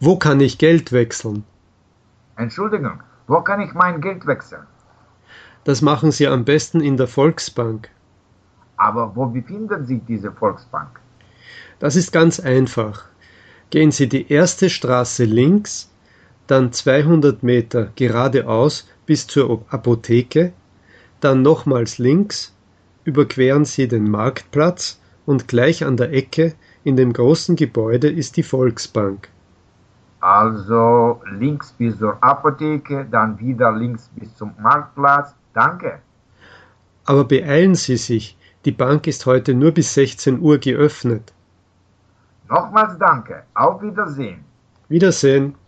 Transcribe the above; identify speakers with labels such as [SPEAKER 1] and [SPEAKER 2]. [SPEAKER 1] Wo kann ich Geld wechseln?
[SPEAKER 2] Entschuldigung, wo kann ich mein Geld wechseln?
[SPEAKER 1] Das machen Sie am besten in der Volksbank.
[SPEAKER 2] Aber wo befindet sich diese Volksbank?
[SPEAKER 1] Das ist ganz einfach. Gehen Sie die erste Straße links, dann 200 Meter geradeaus bis zur Apotheke, dann nochmals links, überqueren Sie den Marktplatz und gleich an der Ecke in dem großen Gebäude ist die Volksbank.
[SPEAKER 2] Also links bis zur Apotheke, dann wieder links bis zum Marktplatz. Danke.
[SPEAKER 1] Aber beeilen Sie sich, die Bank ist heute nur bis 16 Uhr geöffnet.
[SPEAKER 2] Nochmals danke. Auf Wiedersehen.
[SPEAKER 1] Wiedersehen.